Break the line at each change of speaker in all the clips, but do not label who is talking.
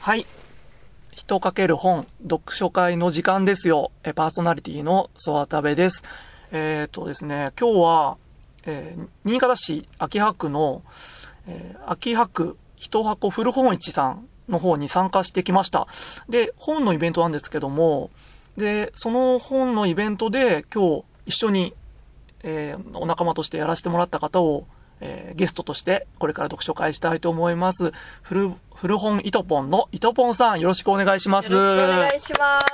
はい。人かける本、読書会の時間ですよ。えーパーソナリティの沢田部です。えっとですね、今日は、えー新潟市秋葉区の、えー秋葉区一箱古本市さんの方に参加してきました。で、本のイベントなんですけども、で、その本のイベントで今日一緒に、えーお仲間としてやらせてもらった方を、えーゲストとしてこれから読書会したいと思います。古、古本イトポンのイトポンさん、よろしくお願いします。
よろしくお願い
し
します。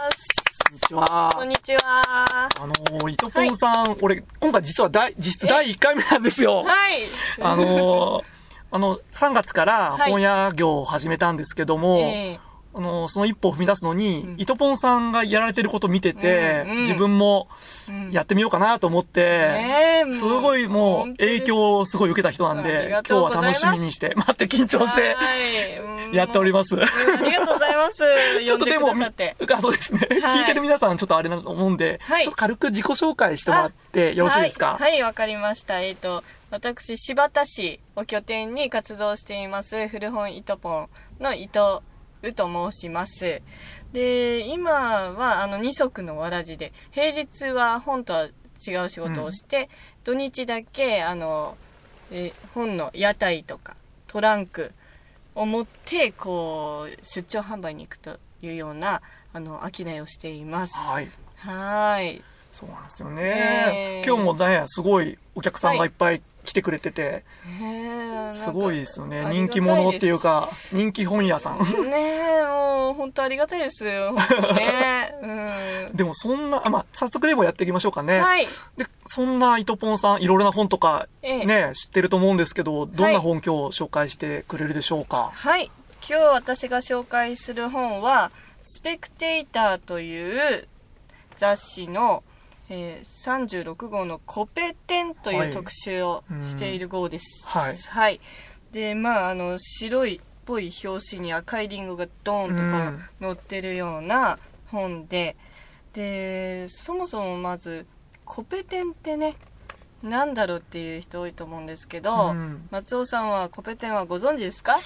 ます。
こんにちは。
あのー、イトポンさん、俺、今回実は第、実質第1回目なんですよ。
はい。
あのー、あの、3月から
はい
本屋業を始めたんですけども、
え
あのー、その一歩を踏み出すのに、
うん
イトポンさんがやられてること見てて、
うんうん
自分も
えうん
やってみようかなと思って、
ねえもう
すごいもう
本当に
影響をすごい受けた人なん
あ
で
り、がとう
今
ご
日
ざ
はい
ま
楽
す
しみにして、待って緊張して
はいうん
やっております。
うんありがとうございます。
ちょ
呼
っ
ん
と
で
で
く
も、
だ
み
さって。
あそうですね、
はい
聞いてる皆さん、ちょっとあれだと思うんで、
はい
ちょっと軽く自己紹介してもらってよろしいですか。
はい、はいわかりました。えっ、と、私、柴田市を拠点に活動しています、古本イトポンの伊藤うと申します。で、今は、あの、二足のわらじで、平日は本とは違う仕事をして、土日だけ、あの、え本の屋台とか、トランクを持って、こう、出張販売に行くというような、あの、商いをしています。
はい
はーい。
そうなんですよ
ね
ね
え。
今日もね、すごいお客さんがいっぱい来てくれてて、
へー
すごいですよ
なん
ね。
か
人気者っていうか、人気本屋さ
ありが
ん。
たいですねえもう本当ありがたいですよ本当ねうん
でもそんな、あまあ、早速でもやっていきましょうかね。
はい
で、そんなイトポンさん、いろいろな本とか
ええ
ね、知ってると思うんですけど、どんな本今日紹介してくれるでしょうか。
はい今日私が紹介する本は「スペクテイター」という雑誌の、えー36号の「コペテン」と
はいいう
特集をしている号です
はい
はい、でまああの白いっぽい表紙に赤いリンゴがドーンとこう、
うん
載ってるような本ででそもそもまずコペテンってねなんだろうっていう人多いと思うんですけど、
うん
松尾さんはコペテンはご存知ですか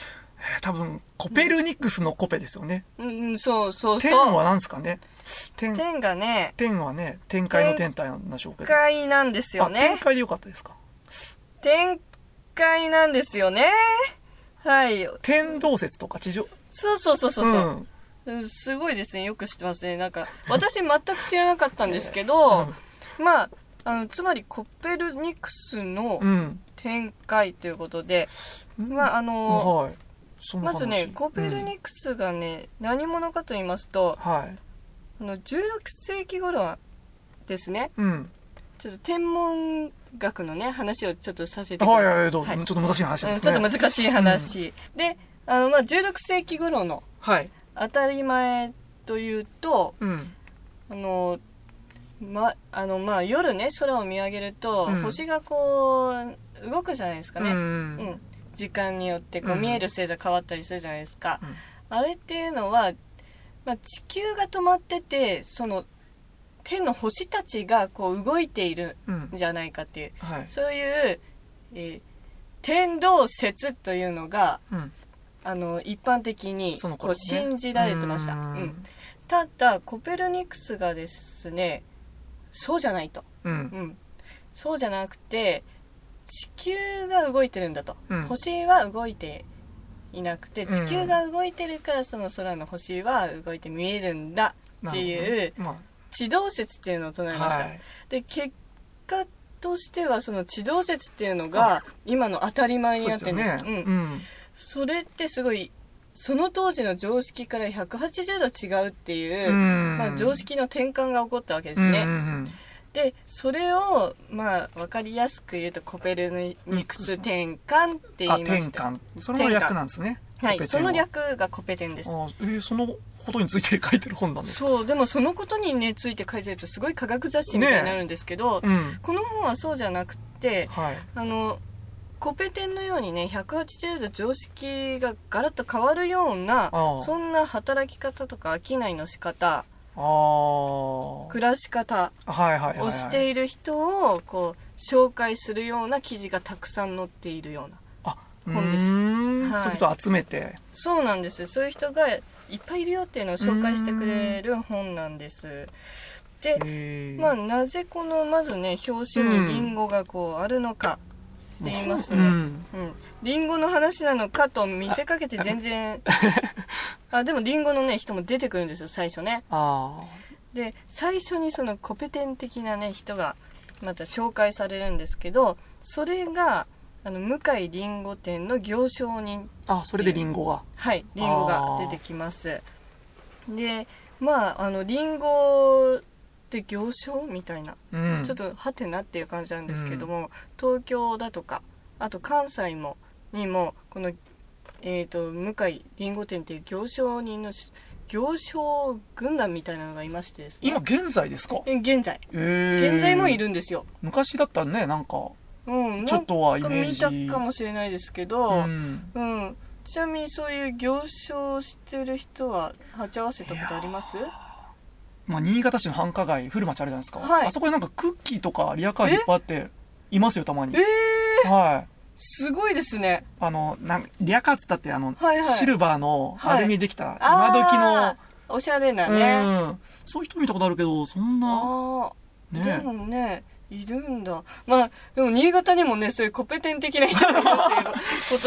えー多分、コペルニクスのコペですよね。
うんうんそうそう
天
そう
は何ですかね天、
天がね
天はね、天界の天体なんでしょうけど。
界なんですよ
あ、天
ね
界でよかったですか。
天界なんですよねはい
天動説とか地上、
そうそうそうそう
う
そう、
ん。
うんすごいですねよく知ってますねなんか私全く知らなかったんですけど、まああのつまりコペルニクスの
うん。
展開ということで、
うん
まああの
はい。その
ま
話
ずねコペル
うん
ニクスがね、何者かと言いますと
はい。
あの16世紀頃はですね
うん。
ちょっと天文学のね話をちょっとさせてくださ
はい
い、
はいはい、どう
はい
ちょっと難しい話
う
で
ん
す
ちょ
ね。
っと難しい話、であの、まあ、16世紀頃の
はい。
当たり前というと
うん。
あのまあのまあ、夜ね空を見上げると、
うん
星がこう動くじゃないですかね、
うん
うん、時間によってこう
うん
見える星座変わったりするじゃないですか、あれっていうのは、まあ、地球が止まっててその天の星たちがこう動いている
うん。
んじゃないかっていう
はい。
そういう、えー天動説というのが
うん。
あの一般的に
その
こう
頃ね
信じられてました、
う
うん
ん。
ただコペルニクスがですねそうじゃないと、
うん。
うん、そうじゃなくて地球が動いてるんだと、
うん
星は動いていなくて
うん
地球が動いてるからその空の星は動いて見えるんだっていう
なるほどね。ま
地動説っていうのを唱
あ、
えました、
はい。
で結果としてはその地動説っていうのが今の当たり前に
そう
な
で
っ
す
てる
よ
んです
ね。
うんそれってすごいその当時の常識から180度違うっていう、
うん
まあ、常識の転換が起こったわけです
うん
ね、
うん
でそれをまあ分かりやすく言うとコペルニクス転換って
う
言い
ん。あ、
ま
天
した
官。それも略なんですね。
は
コペ
い
テン
その略がコペテンです
あえーそのことについて書いてる本なんですか
そうでもそのことにねついて書いてるとすごい科学雑誌みたいになるんですけど、
うん。
この本はそうじゃなくて
はい。
あのコペテンのようにね180度常識がガラッと変わるような
ああ
そんな働き方とか商いの仕方
ああ。
暮らし方
はいはいはいはい。
をしている人をこう紹介するような記事がたくさん載っているような
あ、
本です
うーん
はい
そういう人を集めて。
そうなんですそういう人がいっぱいいるよっていうのを紹介してくれる本なんです。で、
えー
まあ、なぜこのまずね表紙にリンゴがこうあるのかって言います
う
ね、うん
ん、
リンゴの話なのかと見せかけて全然あでもリンゴのね人も出てくるんですよ最初ね
ああ
で最初にそのコペテン的なね人がまた紹介されるんですけどそれがあの向井リンゴ店の行商人
あそれでリンゴが
はいリンゴが出てきますでまああのリンゴって行商みたいな
うん
ちょっとハテナっていう感じなんですけども、東京だとかあと関西もにもこの、えー、と向井りんご店っていう行商人のし行商軍団みたいなのがいましてですね
今現在ですか
え現在
えー
現在もいるんですよ、
昔だったらねなんか
うん、
ちょっとは
なんか
イメージ
見たかもしれないですけど、う
うんん
ちなみにそういう行商してる人は鉢合わせたことあります
まあ、新潟市の繁華街古町あるじゃないですか、
はい
あそこになんかクッキーとかリアカー引っ張っていますよたまに
えー、
はい
すごいですね
あのなんリアカーっつったってあの、
はいはい
シルバーのアルミできた、今時
あーおしゃれな
の、
ね、
うんそういう人見たことあるけどそんな
ああ、で
ね
もね、いるんだ。まあ、でも新潟にもね、そういうコペテン的な人がいるっていうこ と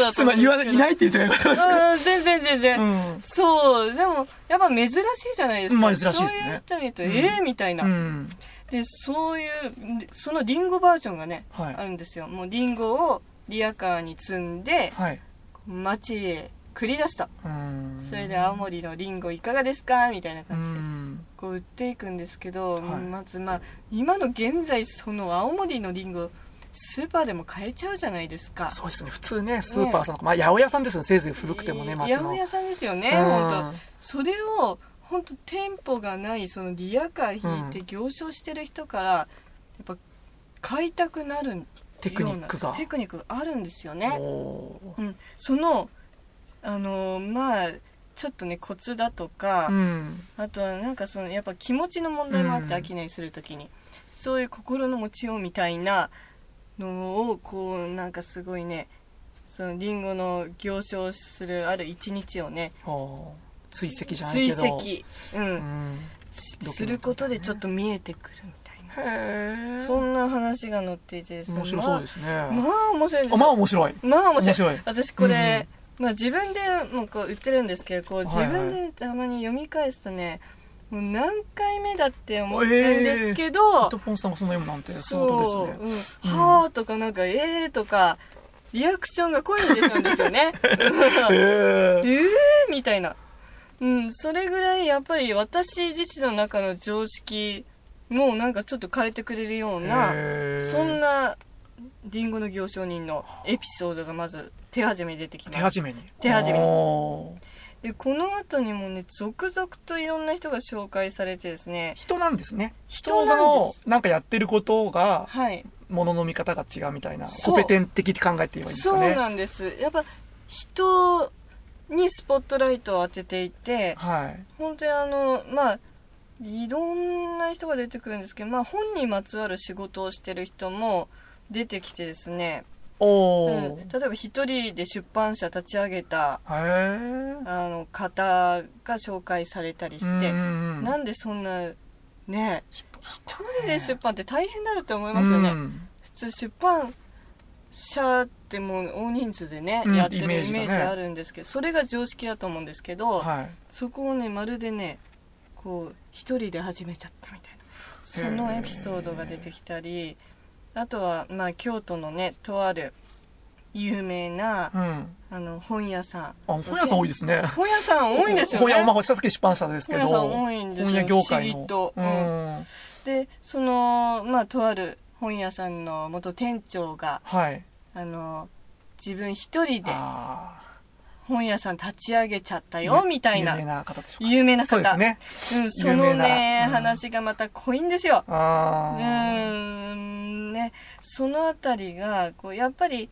だと
つ
思
ま
う
り言わないいないっていう人がいるからですか、
うん、全然全然。
うん
そう、でも、やっぱ珍しいじゃないですか。
まあ珍しいですね
そういう人見ると、
うん
ええみたいな、
うん
で、そういう、でそのリンゴバージョンがね、
はい
あるんですよ。もうリンゴをリアカーに積んで、
はい
街へ繰り出した。
うん
それで青森のリンゴいかがですかみたいな
う
感じで。
ん
こう売っていくんですけど、
はい
まずまあ今の現在その青森のリンゴスーパーでも買えちゃうじゃないですか
そうですね普通ねスーパーさんとか、まあ八百屋さんですよねせいぜい古くても
え
ね
ー
町
八
の
百屋さんですよね
うん
本当それを本当店舗がないそのリアカー引いて
う
行商してる人からやっぱ買いたくなるような
テクニックが
テクニックがあるんですよね、
おー
うん、そのあのーまあちょっとねコツだとか、
うん
あとはなんかそのやっぱ気持ちの問題もあって
うん
商いするときに、そういう心の持ちようみたいなのをこうなんかすごいねそのリンゴの行商するある一日をね
あー追跡じゃないけ
追
ど
跡、うん
うん
し
ドキュメントみたいなね
することでちょっと見えてくるみたいな、
へえ
そんな話が載っていて
面白そうですすね、
まあまあ面白いです
あまあ面白い
まあ面白い
面白い
私これ、まあ、自分でもこう売ってるんですけどこう自
はいはい
分でたまに読み返すとね、もう何回目だって思ってんですけど、
トポンさんがその読むなんて相当ですね
そう
うん
うんはあとかなんかえーとかリアクションが濃いんですよです よねえ
へえ
ーみたいな、うん、それぐらいやっぱり私自身の中の常識もなんかちょっと変えてくれるような、そんなリンゴの行商人のエピソードがまず手始めに出てきます
手始めに
手始めに
おー
でこの後にもね続々といろんな人が紹介されてですね
人なんですね
人
人
なんで
の
す
なんかやってることが
はい
ものの見方が違うみたいな
そう
コペテン的って考えて言えばいいです
そ
か
う
ね
なんですやっぱ人にスポットライトを当てていて
はい
本当にあのまあいろんな人が出てくるんですけど、まあ、本にまつわる仕事をしてる人も出てきてですね、
お
う
お、
ん、例えば一人で出版社立ち上げた
へえ
あの方が紹介されたりして、な
なん
でそんなね一人で出
版
版って大変だなって思いますよね、
うん
普通出版社ってもう大人数でね、
うん
やってるイ
イ
メ
メー
ージ
ジがね
あるんですけどそれが常識だと思うんですけど、
はい
そこをねまるでねこう一人で始めちゃったみたいなそのエピソードが出てきたりあとは、まあ、京都のねとある有名な
うんあ
あの本屋さ
本
ん
屋さん多いですね
本屋さん多いんですよ
本
ね
屋、まあ、久月出版社ですけど、
本屋さん多いんですよ
本屋業界
不思
の
議と。う
うんん。
でそのまあとある本屋さんの元店長が
はい。
あの自分一人で
あ
本屋さん立ち上げちゃった
あ。
よみたい
有名
な
な方でしょうか。
有名な
そう
方
ですね。
うん、その
有名な
ね、
うん
話がまた濃いんですよ。う
ああ。
ーんねそのあたりがこうやっぱり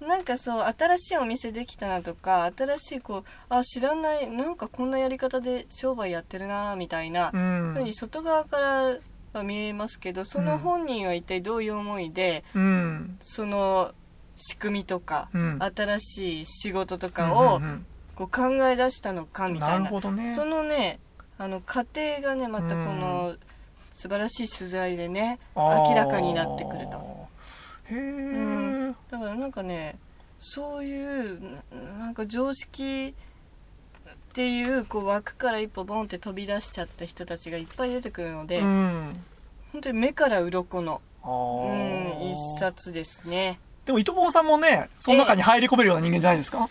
なんかそう新しいお店できたなとか新しいこうあ知らないなんかこんなやり方で商売やってるなみたいな
うん。
ふうに外側からは見えますけどそ
う
の
ん
本人は一体どういう思いで、
うん。
その仕組みとか、
うん
新しい仕事と
うん
かを
うんうん
こう考え出したのかみた
ないる
な
ほどね。
そのねあの過程がねまたこ
う
の素晴らしい取材でね
あー
明らかになってくると。
へえ、
んだからなんかねそういうななんか常識っていうこう枠から一歩ボンって飛び出しちゃった人たちがいっぱい出てくるので、
うん。
本当に目から鱗の
あ
うん
ー
一冊ですね
でも、伊藤坊さんもね、その中に入り込めるような人間じゃないですか。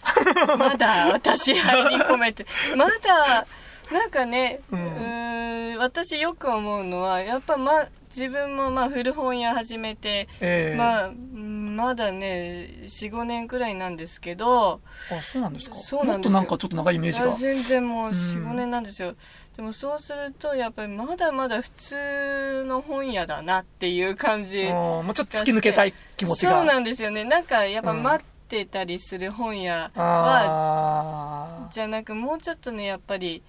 まだ私入り込 めてまだなんかね、
う
うんーん私よく思うのはやっぱ、ま、自分もまあ古本屋始めて、
ええ
まあうんまだね45年くらいなんですけど
あ、そうなんですか。
そうなんですよ
もっとなんかちょっと長いイメージ
あ
が。
全然もう
う
45
ん
年なんですよ、でもそうするとやっぱりまだまだ普通の本屋だなっていう感じ、
うん、もうちょっと突き抜けたい気持ちが。
そうなんですよねなんかやっぱ
うん
待ってたりする本屋は、
あ
じゃなくもうちょっとねやっぱり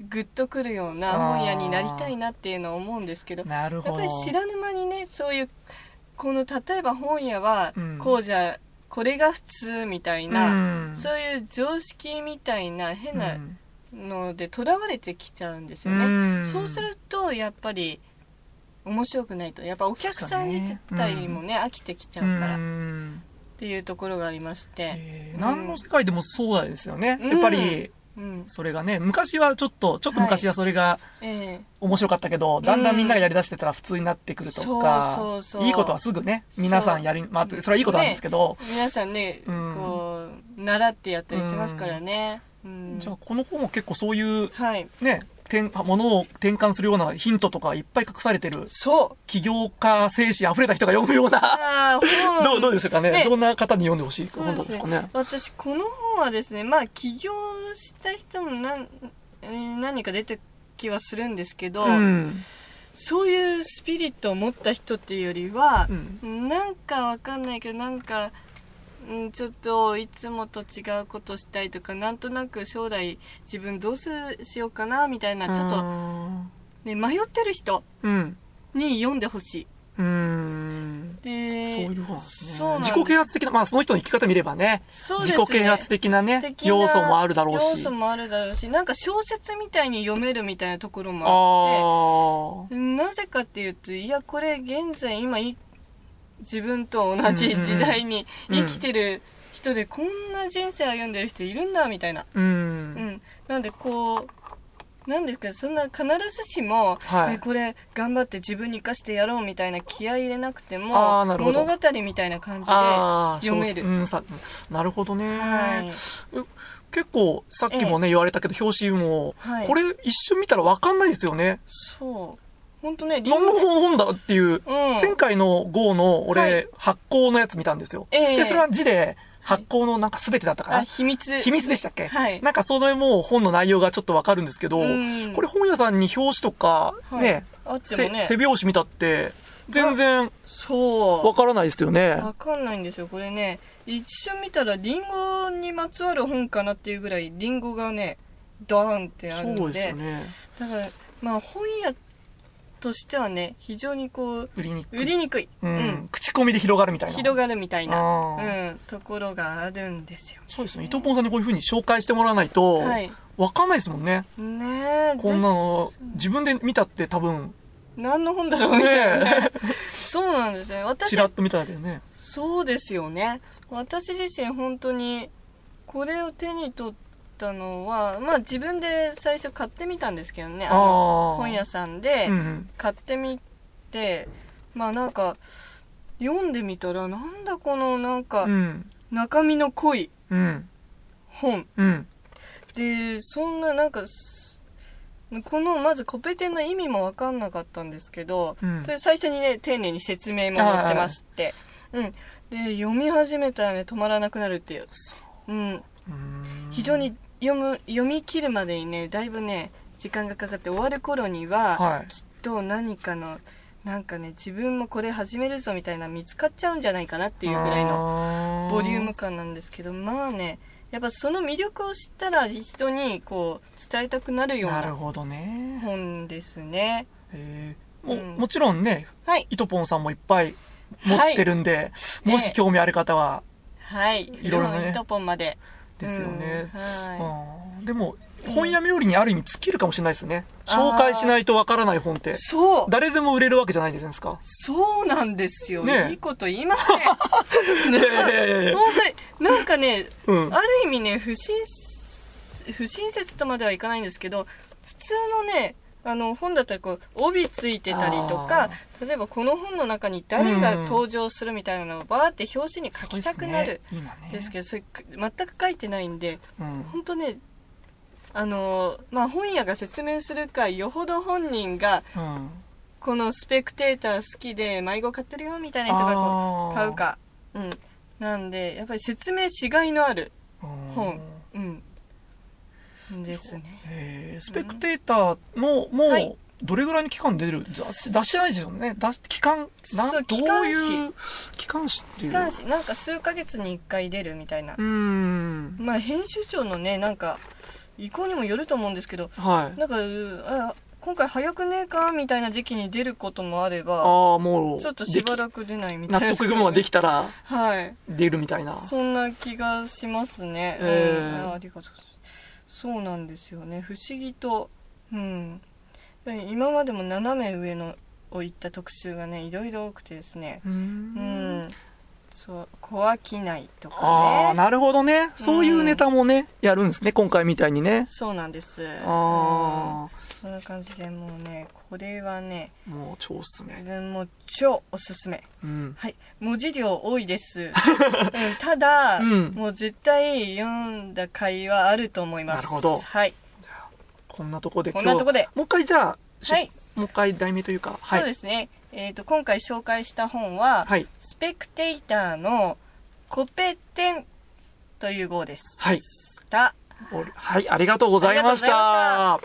グッとくるような本屋になりたいなっていうのを思うんですけど
あ、なる
やっ
ほ
ぱ
ど。
り知らぬ間にねそういうこの例えば本屋は
うん
こうじゃ、これが普通みたいな、
うん、
そういう常識みたいな変な
うん
のでとらわれてきちゃうんですよね、
うん
そうするとやっぱり面白くないとやっぱお客さん自体もね飽きてきちゃうから
う
っ
ん
ていうところがありまして、
え
う
ー
ん
何の世界でもそうですよね。
うん
やっぱり、
うん
それがね、昔はちょっと、ちょっと昔はそれが
ええ
面白かったけど、だんだんみんながやりだしてたら普通になってくるとか、
そうそうそう
いいことはすぐね、皆さんやり、まあ、それはいいことなんですけど、
皆さんね、
うん
こう習ってやったりしますからね、うん
じゃあこの本も結構そういう、
はい
ね、転ものを転換するようなヒントとかいっぱい隠されてる、
そう
起業家精神溢れた人が読むような、
あー本
どう、どうでしょうかね。
ね
どんな方に読んでほしい
そう
本
で
ですす
ね
かね。
私この本はですねまあ起業した人もなんえー何か出てきはするんですけど、
うん。
そういうスピリットを持った人っていうよりは
う、ん。
なんかわかんないけどなんか、うん、ちょっといつもと違うことしたいとかなんとなく将来自分どうすしようかなみたいなちょっと、
と、
ね、迷ってる人
うん。
に読んでほし
うーん。
い。で
そういう本なんです
そう
ね。
なんです
自己啓発的な、まあその人の生き方見ればね、
そうです
自
ね
己啓発的なね、
的な
要素もあるだろう
要
し
素。もあるだろうしなんか小説みたいに読めるみたいなところ
あ
も
あ
あってなぜかっていうといやこれ現在今い自分と同じ時代に
うんうんうん
生きてる人でこんな人生歩んでる人いるんだみたいな、
ー。う
うん
ん。
なんでこうなんですかそんな必ずしも、
はい
えこれ頑張って自分に生かしてやろうみたいな気合い入れなくて
あー
も
なるほど
物語みたいな感じで
ああ、
読める
小。うん、さ、なるほどね。
はい
結構、さっきもね、言われたけど、表紙も、
はい
これ一瞬見たらわかんないですよね。
そう本当ねリン
何の本だっていう、
うん
前回の号の俺、
はい
発行のやつ見たんですよ。
ええ
で、それは字で、発行のなんか全てだったかな。
あ秘密
秘密でしたっけ、
はい
なんかそのもう本の内容がちょっとわかるんですけど、
うん
これ本屋さんに表紙とか、
はい
ね
あって
せ
もね
背表紙見たって、全然わ
そ
からないですよね
う。わかんないんですよこれね一瞬見たらリンゴにまつわる本かなっていうぐらいリンゴがねドーンってある
そ
の
うです
で
よね。
だからまあ本屋としてはね非常にこう
売りにくい
売りにくい、
うん、口コミで広がるみたいな。
広がるみたいな、
あー
うん、ところがあるんですよ
そうですね。伊藤ポンさんにこういう風に紹介してもらわないと、わ、
はい
かんないですもんね。
ねえ
こんなの
です、
自分で見たって多 分、
何の本だろう
ね
みたいな
え、
そうなんですね私
ちらっと見ただけでね。
そうですよね。私自身本当にこれを手に取ったのは、まあ自分で最初買ってみたんですけどね、あ
あ
の
ー
本屋さんで
うんうん。
買ってみて、まあなんか読んでみたらなんだこのなんか
うん。
中身の濃い
うん。
本
うん。
で、そんななんかすこのまずコペテンの意味も分かんなかったんですけど、
うん
それ最初にね丁寧に説明も載ってまして、うん、で読み始めたらね止まらなくなるっていう、うん、
うん
非常、に読む読み切るまでにねだいぶね時間がかかって終わる頃には、
はい。
と何かのなんかね自分もこれ始めるぞみたいな見つかっちゃうんじゃないかなっていうぐらいの
の
ボリューム感なんですけどまあねやっぱその魅力を知ったら人にこう伝えたくなるよう
なる
な
ほどね。
本ですね
えーも
うん
もちろんね、
はい
イトポンさんもいっぱい持ってるんで、もし興味ある方は、
はい
いろいろね
イトポンまで
ですよね。
うんは
うんでも、本屋冥利にある意味尽きるかもしれないですね。紹介しないとわからない本って
い。。そう
誰でも売れるわけじゃないじゃないですか。
そうなんですよ。
ねえ
いいこと言いません。
いやいやいやいや
本当に、なんかね、
うん
ある意味ね、不親切、不親切とまではいかないんですけど、普通のね、あの本だったらこう帯ついてたりと
あ
か例えばこの本の中に誰が登場するみたいなのをバーって表紙に書きたくなる
そうですね今
ん
ね。
ですけどそれ全く書いてないんで
うん
本当ねあのーまあ本屋が説明するかよほど本人が
うん
このスペクテーター好きで迷子買ってるよみたいな人がこ
あー
う買うか、うん、なんでやっぱり説明しがいのある本うんですね
えースペクテーターの、も
はい
うん、どれぐらいの期間出る雑誌、雑誌じゃないですよね。雑誌、期間、な
そう
どういう、期間誌ってい
機
う。
関誌なんか数ヶ月に1回出るみたいな
うーん。
まあ編集長のねなんか意向にもよると思うんですけど
はい。
なんかうーあ今回早くねえかみたいな時期に出ることもあれば
ああ、もう、
ちょっとしば
で
らく出ないみ
き
たい
納
な
得いくものができたら、
はい
出るみたいな。
そんな気がしますね。うん
えー
あありがとうございます。そうなんですよね。不思議と、うん。今までも斜め上のを行った特集がね、いろいろ多くてですね。
うー
うんん。そう、小飽きないと
あ
か
あ、
ね。
なるほどね。そういうネタもね、やるんですね。今回みたいにね。
そうなんです。うん
あ
そんな感じでもうね、これはね、
あ、もう超おすすめ。
うんもう超おすすめ。
うん。
はい、文字量多いです。 うん、ただ、
うん
もう絶対読んだ回はあると思います。
なるほど
はい、
こんなとこで
こ
今
ん
日、
なと
も
こで。
う一回じゃあ、し
はい、
もう一回題名というか、は
そう
い。
ですね。えっ、と今回紹介した本は、
はい。
スペクテイターのコペテンという号です。
はい
た。
おはい、ありがとうございました。